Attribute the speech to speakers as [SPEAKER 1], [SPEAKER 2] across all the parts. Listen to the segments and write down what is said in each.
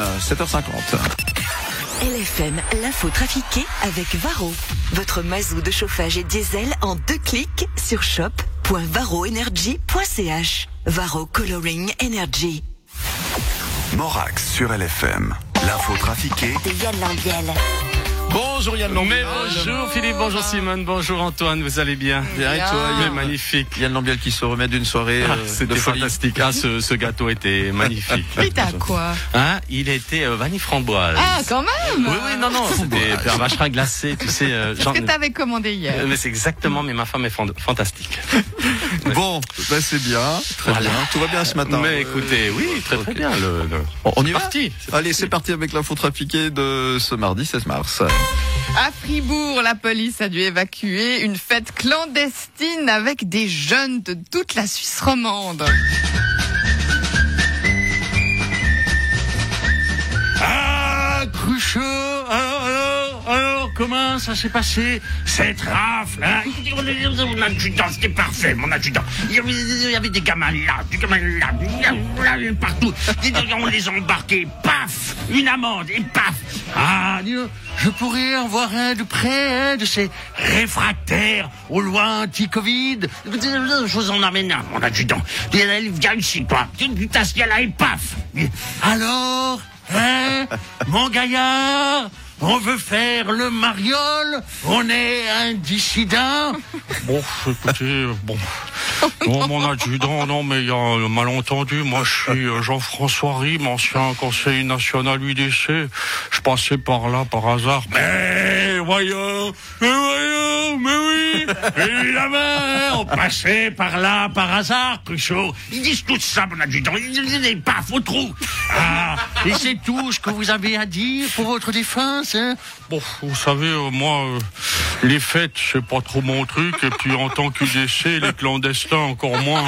[SPEAKER 1] Euh, 7h50.
[SPEAKER 2] LFM, l'info trafiquée avec Varro. Votre mazou de chauffage et diesel en deux clics sur shop.varroenergy.ch. Varro Coloring Energy.
[SPEAKER 3] Morax sur LFM. L'info trafiquée
[SPEAKER 4] de Yann Lambiel.
[SPEAKER 5] Bonjour Yann
[SPEAKER 6] Mais
[SPEAKER 5] Lambiel.
[SPEAKER 6] bonjour Philippe, bonjour Simone, bonjour Antoine, vous allez bien
[SPEAKER 5] Bien, et toi,
[SPEAKER 6] Mais
[SPEAKER 5] Yann
[SPEAKER 6] magnifique.
[SPEAKER 5] Yann Lambiel qui se remet d'une soirée
[SPEAKER 6] Ah,
[SPEAKER 5] euh, de
[SPEAKER 6] C'était
[SPEAKER 5] folie.
[SPEAKER 6] fantastique. Ah, ce, ce gâteau était magnifique.
[SPEAKER 7] Mais t'as quoi
[SPEAKER 6] Hein, il était euh, vanille framboise.
[SPEAKER 7] Ah, quand même
[SPEAKER 6] oui, oui, non, non, c'était un vacherin glacé, tu sais. euh,
[SPEAKER 7] C'est ce
[SPEAKER 6] genre-
[SPEAKER 7] que t'avais commandé hier.
[SPEAKER 6] Euh, mais c'est exactement, mais ma femme est fan- fantastique.
[SPEAKER 5] Bon, bah, c'est bien, très
[SPEAKER 6] Voilà.
[SPEAKER 5] bien. Tout va bien ce matin.
[SPEAKER 6] mais écoutez, oui, très très bien. Le, le-
[SPEAKER 5] On- on y va
[SPEAKER 6] Parti.
[SPEAKER 5] Allez, c'est parti avec l'info trafiquée de ce mardi 16 mars.
[SPEAKER 7] À Fribourg, la police a dû évacuer une fête clandestine avec des jeunes de toute la Suisse romande.
[SPEAKER 6] Ah, Cruchot, alors, alors, alors, comment ça s'est passé
[SPEAKER 8] Cette rafle, hein Mon adjudant, c'était parfait, mon adjudant. Il y avait- il y avait des gamins là, des gamins là, là, là, partout. Dis donc, On les embarquait, paf Une amende, et paf Ah, dis donc, je pourrais en voir un de près, hein, de ces réfractaires au loin anti-Covid. Je vous en amène un, mon adjudant. Dis, allez, Viens ici, toi. Tu t'assieds là, et paf Alors, hein, mon gaillard on veut faire le mariole, on est un dissident.
[SPEAKER 6] Bon, écoutez, bon. Bon, mon adjudant, non, mais il y a un malentendu. Moi, je suis euh, Jean-François Rime, ancien conseiller national UDC. Je passais par là par hasard.
[SPEAKER 8] Mais voyons, mais
[SPEAKER 6] Oh,
[SPEAKER 8] voyons, mais oui, évidemment, hein, on passait par là par hasard, Cruchot. Ils disent tout ça, mon adjudant, ils disent paf au trou. Ah, et c'est tout ce que vous avez à dire pour votre défense, hein
[SPEAKER 6] Bon, vous savez, euh, moi, euh, les fêtes, c'est pas trop mon truc. Et puis, en tant qu'UDC, les clandestins, encore moins.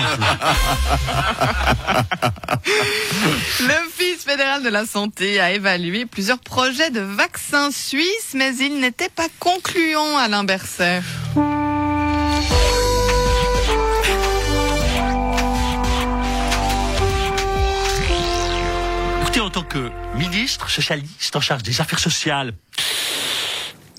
[SPEAKER 7] L'Office fédéral de la santé a évalué plusieurs projets de vaccins suisses, mais ils n'étaient pas concluants, Alain Berset.
[SPEAKER 8] Écoutez, en tant que ministre socialiste en charge des affaires sociales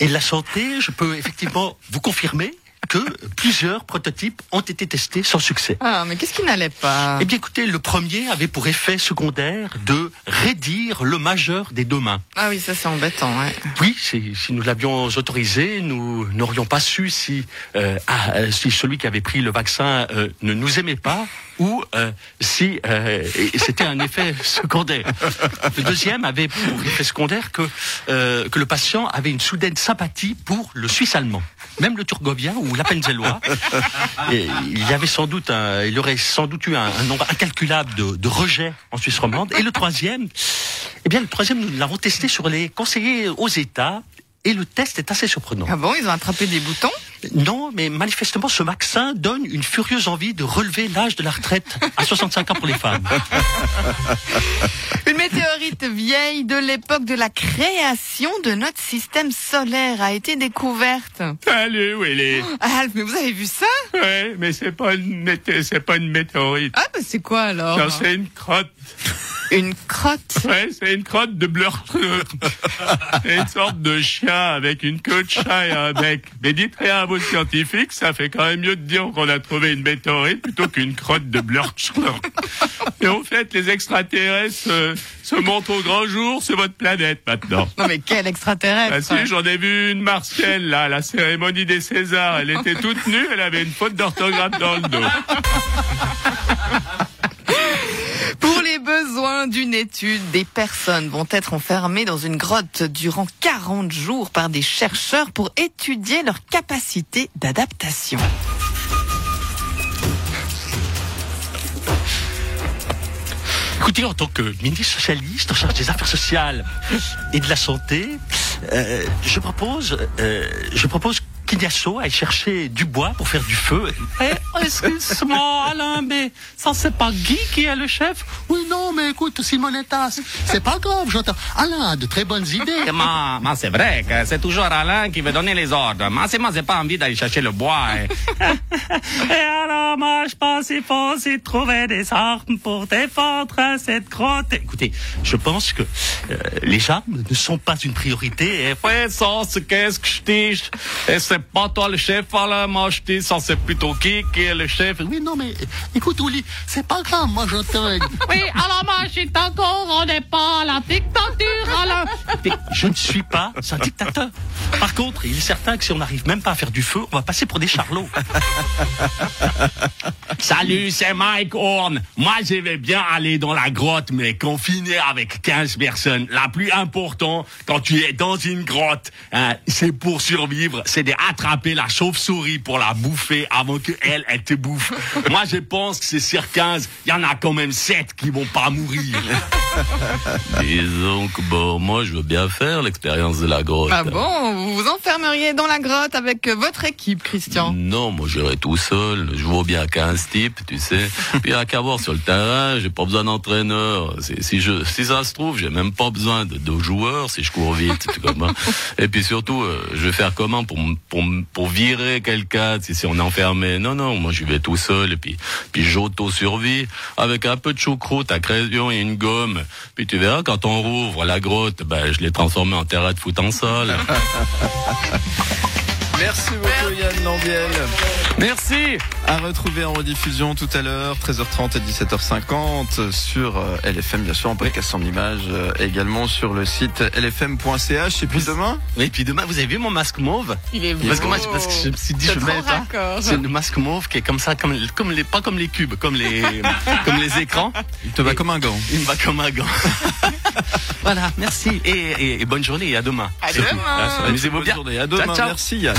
[SPEAKER 8] et de la santé, je peux effectivement vous confirmer que plusieurs prototypes ont été testés sans succès.
[SPEAKER 7] Ah, mais qu'est-ce qui n'allait pas
[SPEAKER 8] Eh bien écoutez, le premier avait pour effet secondaire de raidir le majeur des deux mains.
[SPEAKER 7] Ah oui, ça c'est embêtant, ouais.
[SPEAKER 8] Oui, si, si nous l'avions autorisé, nous n'aurions pas su si, euh, ah, euh, si celui qui avait pris le vaccin euh, ne nous aimait pas ou euh, si euh, et- et c'était un effet secondaire. Le deuxième avait pour effet secondaire que, euh, que le patient avait une soudaine sympathie pour le Suisse allemand, même le Turgovien ou l'Appenzellois. Et il y avait sans doute un, il aurait sans doute eu un, un nombre incalculable de, de rejets en Suisse romande. Et le troisième, eh bien, le troisième, nous l'avons testé sur les conseillers aux États. Et le test est assez surprenant.
[SPEAKER 7] Ah bon, ils ont attrapé des boutons
[SPEAKER 8] Non, mais manifestement, ce vaccin donne une furieuse envie de relever l'âge de la retraite à 65 ans pour les femmes.
[SPEAKER 7] Une météorite vieille de l'époque de la création de notre système solaire a été découverte.
[SPEAKER 6] Allez, où elle est
[SPEAKER 7] Alf, mais vous avez vu ça
[SPEAKER 6] Ouais, mais c'est pas une, mété- c'est pas une météorite.
[SPEAKER 7] Ah, bah c'est quoi alors
[SPEAKER 6] Non, c'est une crotte.
[SPEAKER 7] Une crotte.
[SPEAKER 6] Ouais, c'est une crotte de bleur. C'est une sorte de chien avec une queue de chat et un bec. Mais dites rien à vos scientifiques, ça fait quand même mieux de dire qu'on a trouvé une météorite plutôt qu'une crotte de bleur. Et en fait, les extraterrestres euh, se montrent au grand jour sur votre planète maintenant.
[SPEAKER 7] Non mais quel
[SPEAKER 6] Ah
[SPEAKER 7] extraterrestre
[SPEAKER 6] si, j'en ai vu une martienne, là, à la cérémonie des Césars. Elle était toute nue, elle avait une faute d'orthographe dans le dos.
[SPEAKER 7] Pour les besoins d'une étude, des personnes vont être enfermées dans une grotte durant 40 jours par des chercheurs pour étudier leur capacité d'adaptation.
[SPEAKER 8] Écoutez, en tant que ministre socialiste en charge des affaires sociales et de la santé, euh, je propose, euh, je propose qu'il Picasso aille chercher du bois pour faire du feu. Eh, Excuse-moi, Alain, mais ça, c'est pas Guy qui est le chef
[SPEAKER 1] Oui, non, mais écoute, Simonetas, c'est pas grave, j'entends. Alain a de très bonnes idées.
[SPEAKER 4] Ma, ma c'est vrai que c'est toujours Alain qui veut donner les ordres. Ma, c'est moi, j'ai pas envie d'aller chercher le bois. eh.
[SPEAKER 9] Et alors, moi, je pense qu'il faut aussi trouver des armes pour défendre cette grotte.
[SPEAKER 8] Écoutez, je pense que euh, les armes ne sont pas une priorité. Et fais sens, qu'est-ce que je dis Et c'est pas toi le chef, Alain, moi je dis, ça c'est plutôt qui qui est le chef
[SPEAKER 1] Oui, non, mais écoute, Oli, c'est pas grave, moi j'entends.
[SPEAKER 4] oui, alors moi, je suis d'accord, on n'est pas à la dictature, Alain.
[SPEAKER 8] Mais je ne suis pas un dictateur. Par contre, il est certain que si on n'arrive même pas à faire du feu, on va passer pour des charlots.
[SPEAKER 4] Salut, c'est Mike Horn. Moi, je vais bien aller dans la grotte, mais confiné avec 15 personnes. La plus importante, quand tu es dans une grotte, hein, c'est pour survivre, c'est d'attraper la chauve-souris pour la bouffer avant qu'elle, elle te bouffe. Moi, je pense que c'est sur 15, il y en a quand même 7 qui vont pas mourir.
[SPEAKER 10] Disons que bon, moi je veux bien faire l'expérience de la grotte.
[SPEAKER 7] Ah bon, vous vous enfermeriez dans la grotte avec euh, votre équipe, Christian.
[SPEAKER 10] Non, moi j'irai tout seul. Je vaux bien 15 types, tu sais. Puis à qu'à voir sur le terrain, j'ai pas besoin d'entraîneur. Si- Si, je, si ça se trouve, j'ai même pas besoin de, de joueurs si je cours vite. tu comprends Et puis surtout, euh, je vais faire comment pour, m- pour, m- pour virer quelqu'un si, si on est enfermé Non, non, moi j'y vais tout seul. Et puis, puis j'auto-survis avec un peu de choucroute, un crayon et une gomme. Puis tu verras, quand on rouvre la grotte, ben, je l'ai transformé en terrain de foot en salle.
[SPEAKER 5] Merci beaucoup Yann Lambiel. Merci. À retrouver en rediffusion tout à l'heure, 13h30 et 17h50 sur euh, LFM, bien sûr, en podcast en images, euh, également sur le site lfm.ch. Et puis demain,
[SPEAKER 8] Et puis demain, vous avez vu mon masque mauve
[SPEAKER 7] Il est
[SPEAKER 8] Parce que moi, je- parce que je me suis dit,
[SPEAKER 7] C'est
[SPEAKER 8] je
[SPEAKER 7] trop
[SPEAKER 8] mets pas.
[SPEAKER 7] raccord.
[SPEAKER 8] C'est le masque mauve qui est comme ça, comme, comme les, pas comme les cubes, comme les, comme les écrans.
[SPEAKER 5] il te va comme un gant.
[SPEAKER 8] Il me va comme un gant. voilà, merci. Et, et- et bonne journée et à demain.
[SPEAKER 7] À demain.
[SPEAKER 8] Amusez-vous bien.
[SPEAKER 5] Bonne journée. À demain.
[SPEAKER 8] Ciao, ciao.
[SPEAKER 5] Merci Yann.